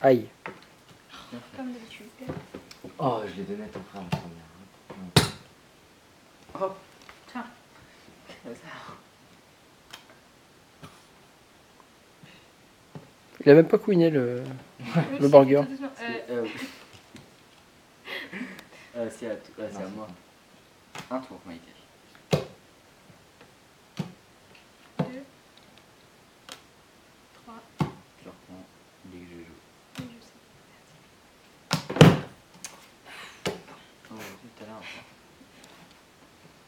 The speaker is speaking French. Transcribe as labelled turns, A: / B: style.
A: Aïe.
B: Comme d'habitude.
C: Oh, je l'ai donné à ton frère en première.
B: Tiens.
A: Il a même pas couiné le. Le burger.
B: Tout doucement. Euh,
D: C'est euh, euh, c'est à, t- ouais, c'est à moi. Un tour, Michael.